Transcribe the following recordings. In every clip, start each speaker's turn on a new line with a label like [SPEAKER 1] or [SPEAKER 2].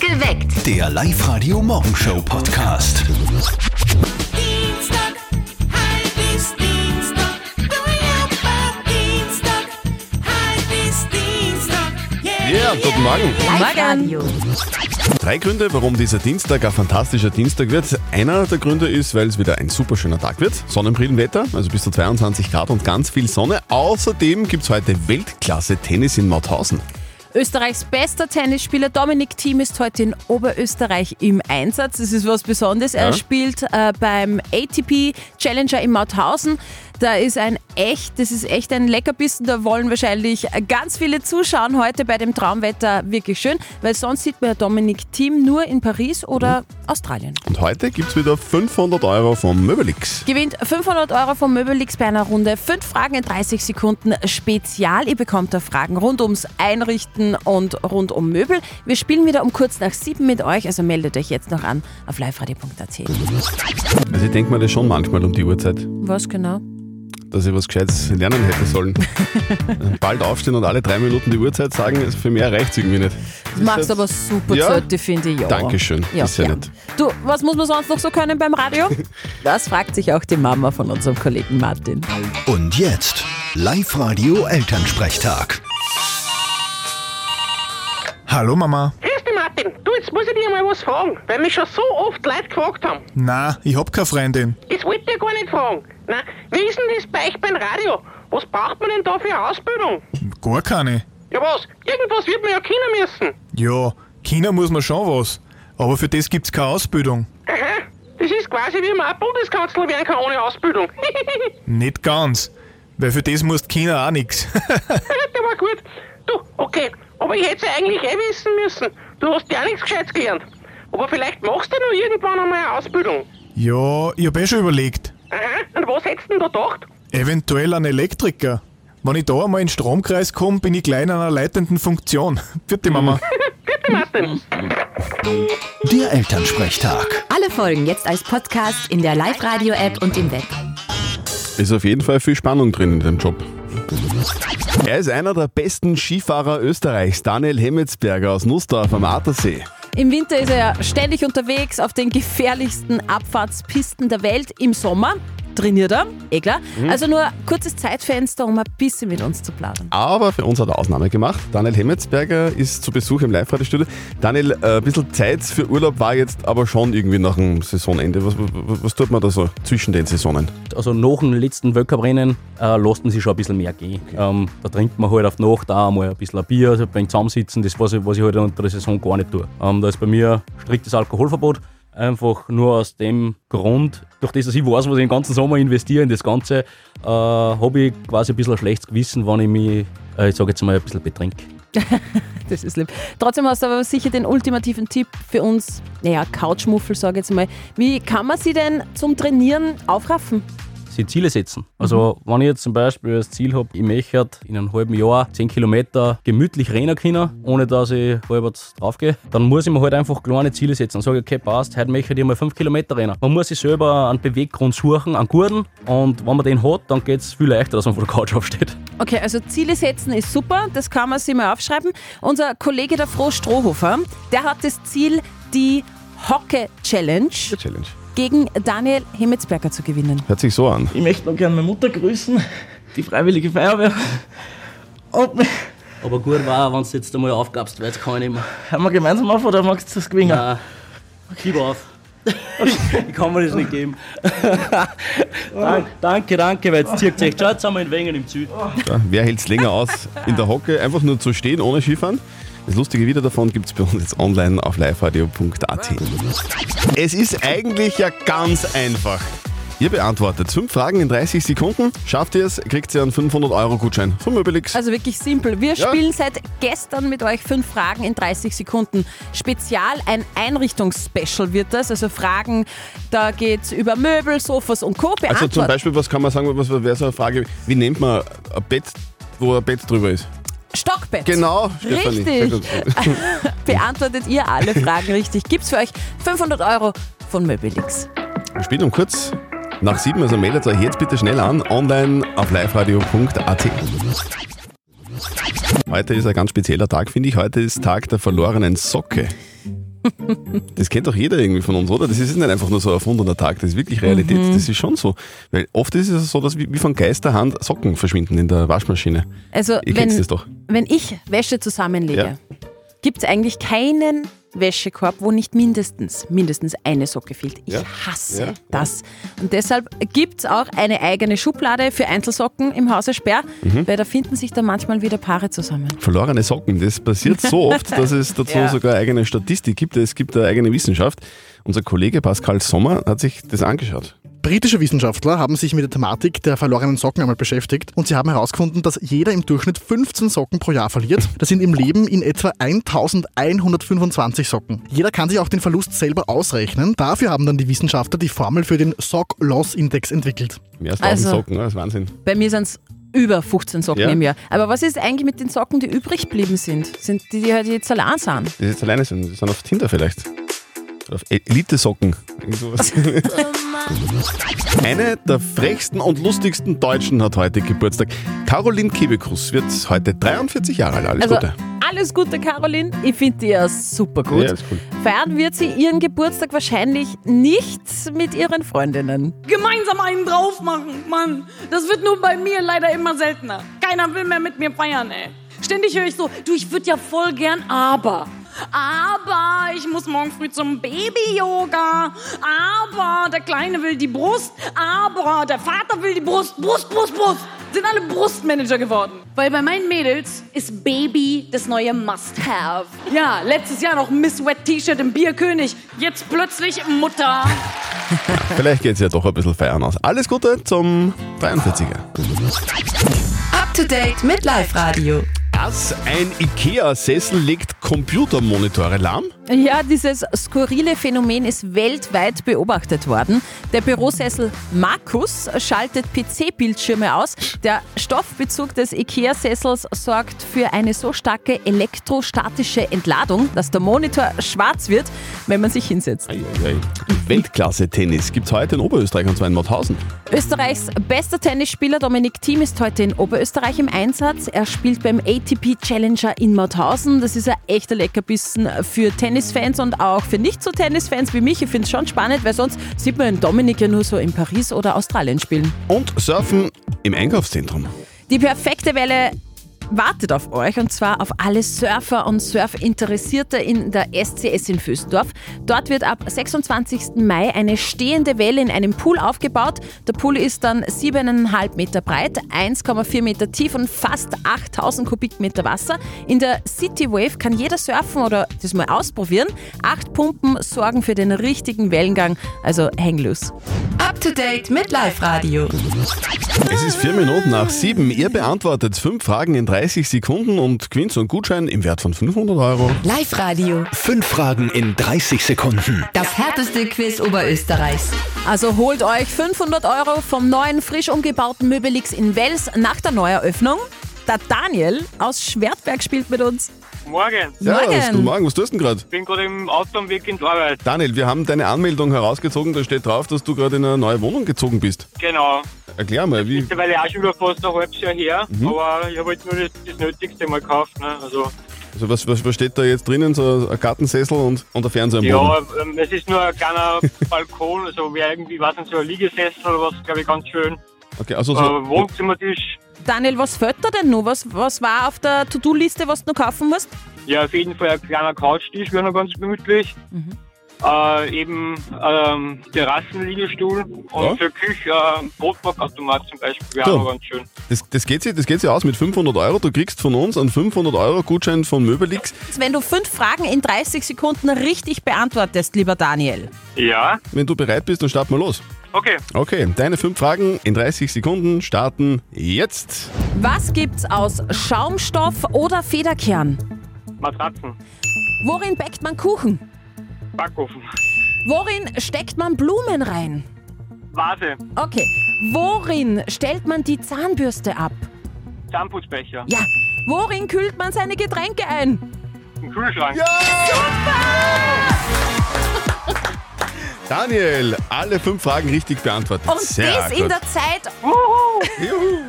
[SPEAKER 1] Geweckt.
[SPEAKER 2] Der Live-Radio-Morgenshow-Podcast.
[SPEAKER 3] Dienstag, halb bis Dienstag, Blabla, Dienstag, halb bis Dienstag,
[SPEAKER 4] Ja, guten Morgen.
[SPEAKER 1] Radio.
[SPEAKER 4] Drei Gründe, warum dieser Dienstag ein fantastischer Dienstag wird. Einer der Gründe ist, weil es wieder ein super schöner Tag wird. Sonnenbrillenwetter, also bis zu 22 Grad und ganz viel Sonne. Außerdem gibt es heute Weltklasse-Tennis in Mauthausen.
[SPEAKER 5] Österreichs bester Tennisspieler Dominik Thiem ist heute in Oberösterreich im Einsatz. Das ist was Besonderes.
[SPEAKER 4] Ja.
[SPEAKER 5] Er spielt äh, beim ATP Challenger in Mauthausen. Da ist ein echt, das ist echt ein Leckerbissen. Da wollen wahrscheinlich ganz viele zuschauen heute bei dem Traumwetter. Wirklich schön, weil sonst sieht man ja Dominik Thiem nur in Paris oder Australien.
[SPEAKER 4] Und heute gibt es wieder 500 Euro vom Möbelix.
[SPEAKER 5] Gewinnt 500 Euro vom Möbelix bei einer Runde. Fünf Fragen in 30 Sekunden Spezial. Ihr bekommt da Fragen rund ums Einrichten und rund um Möbel. Wir spielen wieder um kurz nach sieben mit euch, also meldet euch jetzt noch an auf liveradio.at.
[SPEAKER 4] Also ich denke mir das schon manchmal um die Uhrzeit,
[SPEAKER 5] Was genau?
[SPEAKER 4] dass ich was Gescheites lernen hätte sollen. Bald aufstehen und alle drei Minuten die Uhrzeit sagen, ist für mehr reicht irgendwie nicht.
[SPEAKER 5] Du machst aber super
[SPEAKER 4] Ja.
[SPEAKER 5] Zelte, finde ich. Ja.
[SPEAKER 4] Dankeschön, ist ja nett.
[SPEAKER 5] Du, was muss man sonst noch so können beim Radio? Das fragt sich auch die Mama von unserem Kollegen Martin.
[SPEAKER 2] Und jetzt Live-Radio-Elternsprechtag.
[SPEAKER 6] Hallo Mama.
[SPEAKER 7] Grüß dich, Martin. Du, jetzt muss ich dir mal was fragen, weil mich schon so oft Leute gefragt haben.
[SPEAKER 6] Na, ich hab keine Freundin.
[SPEAKER 7] Das wollte ich gar nicht fragen. Nein, wie ist denn das bei euch beim Radio? Was braucht man denn da für eine Ausbildung?
[SPEAKER 6] Gar keine.
[SPEAKER 7] Ja was, irgendwas wird man ja können müssen.
[SPEAKER 6] Ja, China muss man schon was. Aber für das gibt's keine Ausbildung.
[SPEAKER 7] Aha, das ist quasi wie man auch Bundeskanzler werden kann ohne Ausbildung.
[SPEAKER 6] Nicht ganz. Weil für das musst China auch nix.
[SPEAKER 7] Der war gut. Du, okay, aber ich hätte es ja eigentlich eh wissen müssen. Du hast ja auch nichts Gescheites gelernt. Aber vielleicht machst du noch irgendwann einmal eine Ausbildung.
[SPEAKER 6] ja, ich hab eh schon überlegt.
[SPEAKER 7] Aha, und was hättest du denn da gedacht?
[SPEAKER 6] Eventuell ein Elektriker. Wenn ich da einmal in den Stromkreis komme, bin ich gleich in einer leitenden Funktion. Vierte Mama.
[SPEAKER 7] Bitte, Martin.
[SPEAKER 2] Der Elternsprechtag.
[SPEAKER 1] Alle Folgen jetzt als Podcast in der Live-Radio-App und im Web.
[SPEAKER 4] Ist auf jeden Fall viel Spannung drin in dem Job. Er ist einer der besten Skifahrer Österreichs, Daniel Hemmetsberger aus Nussdorf am Attersee.
[SPEAKER 5] Im Winter ist er ja ständig unterwegs auf den gefährlichsten Abfahrtspisten der Welt. Im Sommer trainiert er, eh klar. Also nur kurzes Zeitfenster, um ein bisschen mit uns zu plaudern.
[SPEAKER 4] Aber für uns hat er Ausnahme gemacht. Daniel Hemmetsberger ist zu Besuch im Live-Radio-Studio. Daniel, äh, ein bisschen Zeit für Urlaub war jetzt aber schon irgendwie nach dem Saisonende. Was, was, was tut man da so zwischen den Saisonen?
[SPEAKER 8] also nach dem letzten Weltcuprennen äh, lässt man sich schon ein bisschen mehr gehen. Ähm, da trinkt man halt auf die Nacht auch mal ein bisschen ein Bier, also beim Zusammensitzen, das was ich, was ich halt unter der Saison gar nicht tue. Ähm, da ist bei mir striktes Alkoholverbot. Einfach nur aus dem Grund, durch das, dass ich weiß, was ich den ganzen Sommer investiere in das Ganze, äh, habe ich quasi ein bisschen ein schlechtes Gewissen, wenn ich mich, äh, ich sage jetzt mal, ein bisschen betrinke.
[SPEAKER 5] Das ist lieb. Trotzdem hast du aber sicher den ultimativen Tipp für uns, naja, Couchmuffel, sage ich jetzt mal. Wie kann man sie denn zum Trainieren aufraffen?
[SPEAKER 8] sich Ziele setzen. Also, wenn ich jetzt zum Beispiel das Ziel habe, ich möchte in einem halben Jahr 10 Kilometer gemütlich rennen können, ohne dass ich halbwegs draufgehe, dann muss ich mir halt einfach kleine Ziele setzen und sage, okay, passt, heute möchte ich mal 5 Kilometer rennen. Man muss sich selber einen Beweggrund suchen, einen guten, und wenn man den hat, dann geht es viel leichter, dass man von der Couch aufsteht.
[SPEAKER 5] Okay, also Ziele setzen ist super, das kann man sich mal aufschreiben. Unser Kollege der Froh Strohhofer, der hat das Ziel, die Hocke Challenge
[SPEAKER 4] Challenge.
[SPEAKER 5] gegen Daniel Hemmetsberger zu gewinnen.
[SPEAKER 4] Hört sich so an.
[SPEAKER 9] Ich möchte noch gerne meine Mutter grüßen, die Freiwillige Feuerwehr. Und wir-
[SPEAKER 8] Aber gut war, wenn du jetzt einmal aufgabst, weil es kann ich nicht mehr.
[SPEAKER 9] hören wir gemeinsam auf oder magst du das gewinnen?
[SPEAKER 8] Nein, gib auf. ich kann mir das nicht geben. danke, danke, weil jetzt zieht sich. Schaut, jetzt sind wir in Wengen im Süden.
[SPEAKER 4] Ja, wer hält's länger aus in der Hocke, einfach nur zu stehen ohne Skifahren? Das lustige Video davon gibt's bei uns jetzt online auf liveradio.at. Es ist eigentlich ja ganz einfach. Ihr beantwortet fünf Fragen in 30 Sekunden. Schafft ihr es, kriegt ihr einen 500-Euro-Gutschein von Möbelix.
[SPEAKER 5] Also wirklich simpel. Wir
[SPEAKER 4] Ja.
[SPEAKER 5] spielen seit gestern mit euch fünf Fragen in 30 Sekunden. Spezial ein Einrichtungsspecial wird das. Also Fragen, da geht's über Möbel, Sofas und Co.
[SPEAKER 4] Also zum
[SPEAKER 5] Beantwortet.
[SPEAKER 4] Beispiel, was kann man sagen, was wäre so eine Frage, wie nennt man ein Bett, wo ein Bett drüber ist?
[SPEAKER 5] Stockbett.
[SPEAKER 4] Genau, Stefanie.
[SPEAKER 5] Richtig.
[SPEAKER 4] Sehr gut.
[SPEAKER 5] Beantwortet ihr alle Fragen richtig. Gibt's für euch 500 Euro von Möbelix.
[SPEAKER 4] Wir spielen um kurz nach sieben, also meldet euch jetzt bitte schnell an, online auf liveradio.at. Heute ist ein ganz spezieller Tag, finde ich. Heute ist Tag der verlorenen Socke. Das kennt doch jeder irgendwie von uns, oder? Das ist nicht einfach nur so ein erfundener Tag, das ist wirklich Realität. Das ist schon so. Weil oft ist es so, dass wie wie von Geisterhand Socken verschwinden in der Waschmaschine.
[SPEAKER 5] Also,
[SPEAKER 4] Ihr
[SPEAKER 5] wenn,
[SPEAKER 4] kennt das doch.
[SPEAKER 5] wenn ich Wäsche zusammenlege, gibt es eigentlich keinen Wäschekorb, wo nicht mindestens, mindestens eine Socke fehlt. Ich
[SPEAKER 4] Ja,
[SPEAKER 5] hasse
[SPEAKER 4] ja, ja.
[SPEAKER 5] das. Und deshalb gibt es auch eine eigene Schublade für Einzelsocken im Hause Sperr,
[SPEAKER 4] Mhm.
[SPEAKER 5] weil da finden sich dann manchmal wieder Paare zusammen.
[SPEAKER 4] Verlorene Socken, das passiert so oft, dass es dazu
[SPEAKER 5] Ja.
[SPEAKER 4] sogar eine eigene Statistik gibt. Es gibt eine eigene Wissenschaft. Unser Kollege Pascal Sommer hat sich das angeschaut.
[SPEAKER 10] Britische Wissenschaftler haben sich mit der Thematik der verlorenen Socken einmal beschäftigt und sie haben herausgefunden, dass jeder im Durchschnitt 15 Socken pro Jahr verliert. Das sind im Leben in etwa 1125 Socken. Jeder kann sich auch den Verlust selber ausrechnen. Dafür haben dann die Wissenschaftler die Formel für den Sock-Loss-Index entwickelt.
[SPEAKER 4] Mehr als 1000
[SPEAKER 5] Also.
[SPEAKER 4] Socken, ne? das ist Wahnsinn.
[SPEAKER 5] Bei mir sind es über 15 Socken
[SPEAKER 4] Ja.
[SPEAKER 5] im Jahr. Aber was ist eigentlich mit den Socken, die übrig geblieben sind? Sind die, die halt jetzt allein sind?
[SPEAKER 4] Das ist jetzt alleine sind, die sind auf Tinder vielleicht. Oder auf Elite-Socken. Irgend sowas. Eine der frechsten und lustigsten Deutschen hat heute Geburtstag. Caroline Kebekus wird heute 43 Jahre alt. Alles
[SPEAKER 5] Also,
[SPEAKER 4] Gute.
[SPEAKER 5] alles Gute, Caroline. Ich finde die ja super gut.
[SPEAKER 4] Ja, ist cool.
[SPEAKER 5] Feiern wird sie ihren Geburtstag wahrscheinlich nicht mit ihren Freundinnen.
[SPEAKER 11] gemeinsam einen drauf machen. Mann, das wird nur bei mir leider immer seltener. Keiner will mehr mit mir feiern, ey. Ständig höre ich so, du, ich würde ja voll gern, aber. Aber ich muss morgen früh zum Baby-Yoga. Aber der Kleine will die Brust. Aber der Vater will die Brust. Brust, Brust, Brust. Sind alle Brustmanager geworden. Weil bei meinen Mädels ist Baby das neue Must-Have. Ja, letztes Jahr noch Miss Wet T-Shirt im Bierkönig. Jetzt plötzlich Mutter.
[SPEAKER 4] Vielleicht geht es ja doch ein bisschen feiern aus. Alles Gute zum 43er.
[SPEAKER 1] Up to date mit Live Radio.
[SPEAKER 4] Dass ein IKEA-Sessel legt Computermonitore lahm?
[SPEAKER 5] Ja, dieses skurrile Phänomen ist weltweit beobachtet worden. Der Bürosessel Markus schaltet PC-Bildschirme aus. Der Stoffbezug des IKEA-Sessels sorgt für eine so starke elektrostatische Entladung, dass der Monitor schwarz wird, wenn man sich hinsetzt.
[SPEAKER 4] Eieiei. Weltklasse-Tennis gibt's heute in Oberösterreich und zwar in Mauthausen.
[SPEAKER 5] Österreichs bester Tennisspieler Dominik Thiem ist heute in Oberösterreich im Einsatz. Er spielt beim ATP Challenger in Mauthausen. Das ist ein echter Leckerbissen für Tennisfans und auch für nicht so Tennisfans wie mich. Ich finde es schon spannend, weil sonst sieht man den Dominik ja nur so in Paris oder Australien spielen.
[SPEAKER 4] Und Surfen im Einkaufszentrum.
[SPEAKER 5] Die perfekte Welle wartet auf euch und zwar auf alle Surfer und Surfinteressierte in der SCS in Fösendorf. Dort wird ab 26. Mai eine stehende Welle in einem Pool aufgebaut. Der Pool ist dann 7,5 Meter breit, 1,4 Meter tief und fast 8000 Kubikmeter Wasser. In der City Wave kann jeder surfen oder das mal ausprobieren. Acht Pumpen sorgen für den richtigen Wellengang, also häng los.
[SPEAKER 1] Up to date mit Live Radio.
[SPEAKER 4] Es ist vier Minuten nach sieben. Ihr beantwortet fünf Fragen in 30 Sekunden und gewinnt so einen Gutschein im Wert von 500 Euro.
[SPEAKER 1] Live Radio.
[SPEAKER 2] Fünf Fragen in 30 Sekunden.
[SPEAKER 1] Das härteste Quiz Oberösterreichs.
[SPEAKER 5] Also holt euch 500 Euro vom neuen, frisch umgebauten Möbelix in Wels nach der Neueröffnung. Der Daniel aus Schwertberg spielt mit uns.
[SPEAKER 7] Morgen,
[SPEAKER 4] Ja,
[SPEAKER 5] Morgen.
[SPEAKER 4] guten Morgen, was tust du denn gerade?
[SPEAKER 7] ich bin gerade im Auto am Weg in die Arbeit.
[SPEAKER 4] Daniel, wir haben deine Anmeldung herausgezogen, da steht drauf, dass du gerade in eine neue Wohnung gezogen bist.
[SPEAKER 7] Genau.
[SPEAKER 4] Erklär mal, wie,
[SPEAKER 7] Mittlerweile auch schon wieder fast ein halbes Jahr her,
[SPEAKER 9] Mhm.
[SPEAKER 7] aber ich habe halt nur das, das Nötigste mal gekauft. Ne? Also,
[SPEAKER 4] also was, was, was steht da jetzt drinnen? So ein Gartensessel und, und ein Fernseher am Boden.
[SPEAKER 7] ja, ähm, es ist nur ein kleiner Balkon, also wäre irgendwie, weiß nicht, so ein Liegesessel oder was, glaube ich, ganz schön.
[SPEAKER 4] Okay, also
[SPEAKER 7] Äh,
[SPEAKER 4] so,
[SPEAKER 7] Wohnzimmertisch,
[SPEAKER 5] Daniel, was fällt dir denn noch? Was, was war auf der To-Do-Liste, was du noch kaufen musst?
[SPEAKER 7] ja, auf jeden Fall ein kleiner Couchtisch, wäre noch ganz gemütlich.
[SPEAKER 5] Mhm.
[SPEAKER 7] Äh, eben ähm, Terrassenliegestuhl und
[SPEAKER 4] Ja.
[SPEAKER 7] für Küche äh, ein Brotbackautomat zum Beispiel wäre
[SPEAKER 4] So.
[SPEAKER 7] auch noch ganz schön.
[SPEAKER 4] das, das, geht sich, das geht sich aus mit 500 Euro. Du kriegst von uns einen 500 Euro Gutschein von Möbelix.
[SPEAKER 5] Wenn du fünf Fragen in 30 Sekunden richtig beantwortest, lieber Daniel.
[SPEAKER 7] Ja,
[SPEAKER 4] Wenn du bereit bist, dann starten wir los.
[SPEAKER 7] okay.
[SPEAKER 4] Okay, deine fünf Fragen in 30 Sekunden starten jetzt.
[SPEAKER 5] Was gibt's aus Schaumstoff oder Federkern?
[SPEAKER 7] Matratzen,
[SPEAKER 5] Worin backt man Kuchen?
[SPEAKER 7] Backofen,
[SPEAKER 5] Worin steckt man Blumen rein?
[SPEAKER 7] Vase,
[SPEAKER 5] Okay. Worin stellt man die Zahnbürste ab?
[SPEAKER 7] Zahnputzbecher,
[SPEAKER 5] Ja. Worin kühlt man seine Getränke ein?
[SPEAKER 7] ein Kühlschrank.
[SPEAKER 4] Daniel, alle fünf Fragen richtig beantwortet.
[SPEAKER 5] Und
[SPEAKER 4] Sehr
[SPEAKER 5] das
[SPEAKER 4] gut.
[SPEAKER 5] in der Zeit.
[SPEAKER 4] Juhu.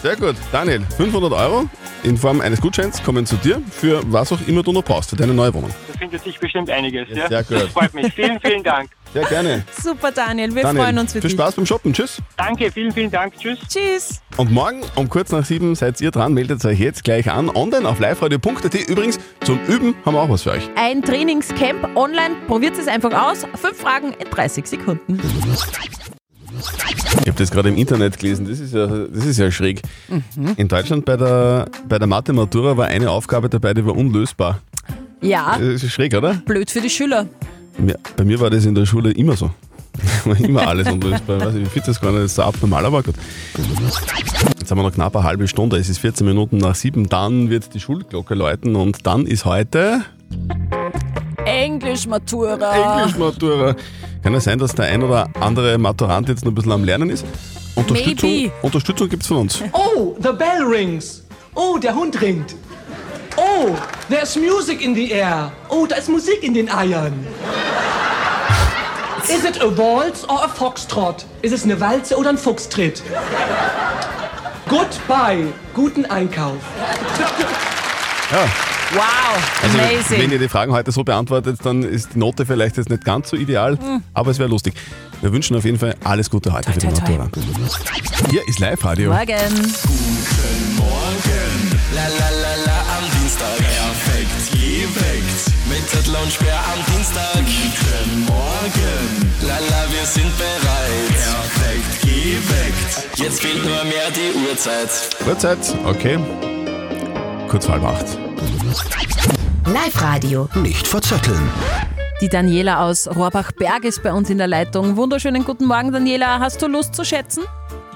[SPEAKER 4] Sehr gut. Daniel, 500 Euro in Form eines Gutscheins kommen zu dir für was auch immer du noch brauchst, für deine neue Wohnung.
[SPEAKER 12] Da findet sich bestimmt einiges.
[SPEAKER 4] Ja,
[SPEAKER 12] Ja,
[SPEAKER 4] sehr gut.
[SPEAKER 12] Das freut mich. Vielen, vielen Dank.
[SPEAKER 4] Sehr gerne.
[SPEAKER 5] Super, Daniel. Wir
[SPEAKER 4] Daniel,
[SPEAKER 5] freuen uns für
[SPEAKER 4] Viel
[SPEAKER 5] dich.
[SPEAKER 4] Spaß beim Shoppen. Tschüss.
[SPEAKER 12] Danke, vielen, vielen Dank. Tschüss.
[SPEAKER 5] Tschüss.
[SPEAKER 4] Und morgen um kurz nach sieben seid ihr dran, meldet euch jetzt gleich an, online auf liveradio.at. Übrigens, zum Üben haben wir auch was für euch.
[SPEAKER 5] Ein Trainingscamp online. Probiert es einfach aus. Fünf Fragen in 30 Sekunden.
[SPEAKER 4] Ich habe das gerade im Internet gelesen, das ist ja, das ist ja schräg.
[SPEAKER 5] Mhm.
[SPEAKER 4] In Deutschland bei der, bei der Mathe-Matura war eine Aufgabe dabei, die war unlösbar.
[SPEAKER 5] Ja,
[SPEAKER 4] Das ist schräg, oder?
[SPEAKER 5] blöd für die Schüler.
[SPEAKER 4] Ja, bei mir war das in der Schule immer so. War immer alles unlösbar. Ich weiß nicht, wie fit das gar nicht ist, so abnormal, aber gut. Jetzt haben wir noch knapp eine halbe Stunde, es ist 14 Minuten nach sieben, dann wird die Schulglocke läuten und dann ist heute
[SPEAKER 5] Englisch-Matura.
[SPEAKER 4] Englischmatura. Kann es sein, dass der ein oder andere Maturant jetzt noch ein bisschen am Lernen ist? Unterstützung,
[SPEAKER 13] Maybe.
[SPEAKER 4] Unterstützung gibt es von uns.
[SPEAKER 13] Oh, the bell rings. Oh, der Hund ringt. Oh, there's music in the air. Oh, da ist Musik in den Eiern. Is it a waltz or a foxtrot? Ist es eine Walze oder ein Fuchstritt? Goodbye. Guten Einkauf.
[SPEAKER 4] Ja.
[SPEAKER 5] Wow,
[SPEAKER 4] Also, wenn ihr die Fragen heute so beantwortet, dann ist die Note vielleicht jetzt nicht ganz so ideal,
[SPEAKER 14] Hm.
[SPEAKER 5] Mhm.
[SPEAKER 4] aber es wäre lustig. Wir wünschen auf jeden Fall alles Gute heute für die Matura. Hier ist Live-Radio.
[SPEAKER 5] Morgen.
[SPEAKER 15] La la la la am Dienstag. Perfekt geweckt. Mit Zettel und Sperr am Dienstag. Guten Morgen. La la, wir sind bereit. Perfekt geweckt. Jetzt fehlt nur mehr die Uhrzeit.
[SPEAKER 4] Uhrzeit, okay. Kurz vor halb acht.
[SPEAKER 1] Live-Radio.
[SPEAKER 2] Nicht verzetteln.
[SPEAKER 5] Die Daniela aus Rohrbach-Berg ist bei uns in der Leitung. Wunderschönen guten Morgen, Daniela. Hast du Lust zu schätzen?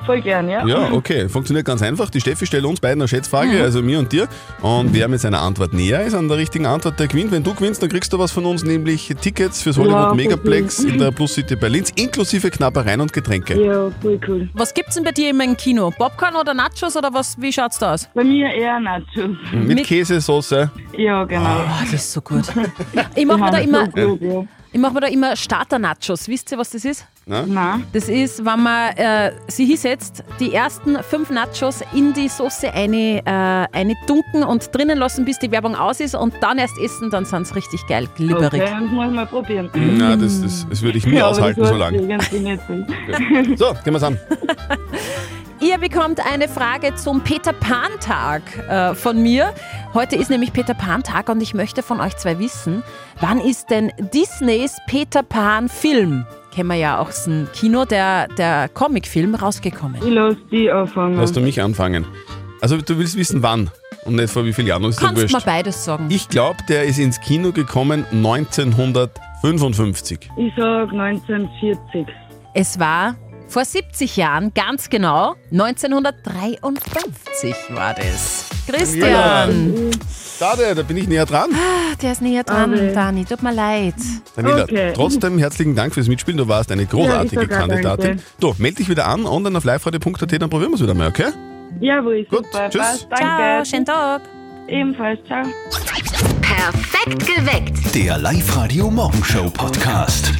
[SPEAKER 14] Voll gern, ja.
[SPEAKER 4] Ja, okay. Funktioniert ganz einfach. Die Steffi stellt uns beiden eine Schätzfrage,
[SPEAKER 14] Mhm.
[SPEAKER 4] also mir und dir. Und wer mit seiner Antwort näher ist an der richtigen Antwort, der gewinnt. Wenn du gewinnst, dann kriegst du was von uns, nämlich Tickets fürs Hollywood
[SPEAKER 5] Wow,
[SPEAKER 4] Megaplex
[SPEAKER 5] cool.
[SPEAKER 4] in der Plus City Berlins, inklusive Knabbereien und Getränke.
[SPEAKER 14] Mhm. Ja, voll cool.
[SPEAKER 5] Was gibt's denn bei dir immer im Kino? Popcorn oder Nachos oder was? Wie schaut's da aus?
[SPEAKER 14] Bei mir eher Nachos.
[SPEAKER 4] Mit, Käsesoße.
[SPEAKER 14] Ja, genau.
[SPEAKER 4] Ah.
[SPEAKER 5] Oh, das ist so gut. Ich mache mir, da immer-
[SPEAKER 14] ja.
[SPEAKER 5] ich mach mir da immer Starter-Nachos. Wisst ihr, was das ist?
[SPEAKER 4] Na?
[SPEAKER 5] Das ist, wenn man äh, sie hinsetzt, die ersten fünf Nachos in die Soße eine, äh, eine dunken und drinnen lassen, bis die Werbung aus ist und dann erst essen, dann sind sie richtig geil, glibberig.
[SPEAKER 14] Okay, das muss ich mal probieren.
[SPEAKER 4] Na, das, das, das würde ich nie
[SPEAKER 14] Ja, aber
[SPEAKER 4] aushalten,
[SPEAKER 14] das
[SPEAKER 4] so
[SPEAKER 14] weiß
[SPEAKER 4] lange.
[SPEAKER 14] ich irgendwie nicht.
[SPEAKER 4] Genau. So, gehen wir's an.
[SPEAKER 5] Ihr bekommt eine Frage zum Peter Pan-Tag äh, von mir. Heute ist nämlich Peter Pan-Tag und ich möchte von euch zwei wissen, wann ist denn Disneys Peter Pan-Film, kennen wir ja auch aus dem Kino, der, der Comicfilm, rausgekommen?
[SPEAKER 14] Ich lasse die anfangen.
[SPEAKER 4] Lass du mich anfangen. Also, du willst wissen, wann und nicht vor wie vielen Jahren. Ist doch
[SPEAKER 5] Kannst mal
[SPEAKER 4] wurscht.
[SPEAKER 5] beides sagen.
[SPEAKER 4] Ich glaube, der ist ins Kino gekommen 1955.
[SPEAKER 14] Ich sag 1940.
[SPEAKER 5] Es war vor 70 Jahren, ganz genau, 1953 war das. Christian!
[SPEAKER 4] Schade, da bin ich näher dran.
[SPEAKER 5] Ah, Der ist näher dran, Dani, tut mir leid.
[SPEAKER 4] Daniela, trotzdem herzlichen Dank fürs Mitspielen. Du warst eine großartige
[SPEAKER 5] Ja, ich sag auch
[SPEAKER 4] Kandidatin.
[SPEAKER 5] danke.
[SPEAKER 4] Du, melde dich wieder an, online auf liveradio.at, dann probieren wir es wieder mal, okay?
[SPEAKER 14] Jawohl, Gut, super.
[SPEAKER 4] tschüss.
[SPEAKER 14] Passt, danke.
[SPEAKER 5] Ciao, schönen Tag.
[SPEAKER 14] Ebenfalls, ciao.
[SPEAKER 1] Perfekt geweckt.
[SPEAKER 2] Der Live-Radio Morgenshow Podcast.